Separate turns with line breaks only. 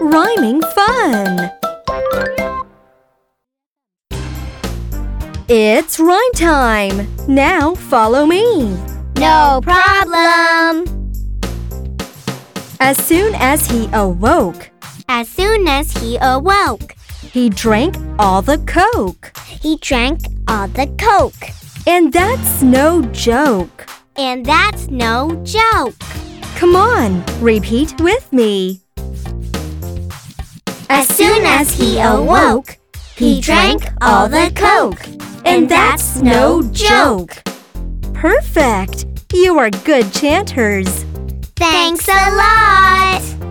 Rhyming fun! It's rhyme time! Now follow me!
No problem.
As soon as he awoke,
As soon as he awoke,
he drank all the coke.
he drank all the coke.
And that's no joke.
And that's no joke.
Come on, repeat with me.
As soon as he awoke, he drank all the Coke. And that's no joke.
Perfect! You are good chanters.
Thanks a lot.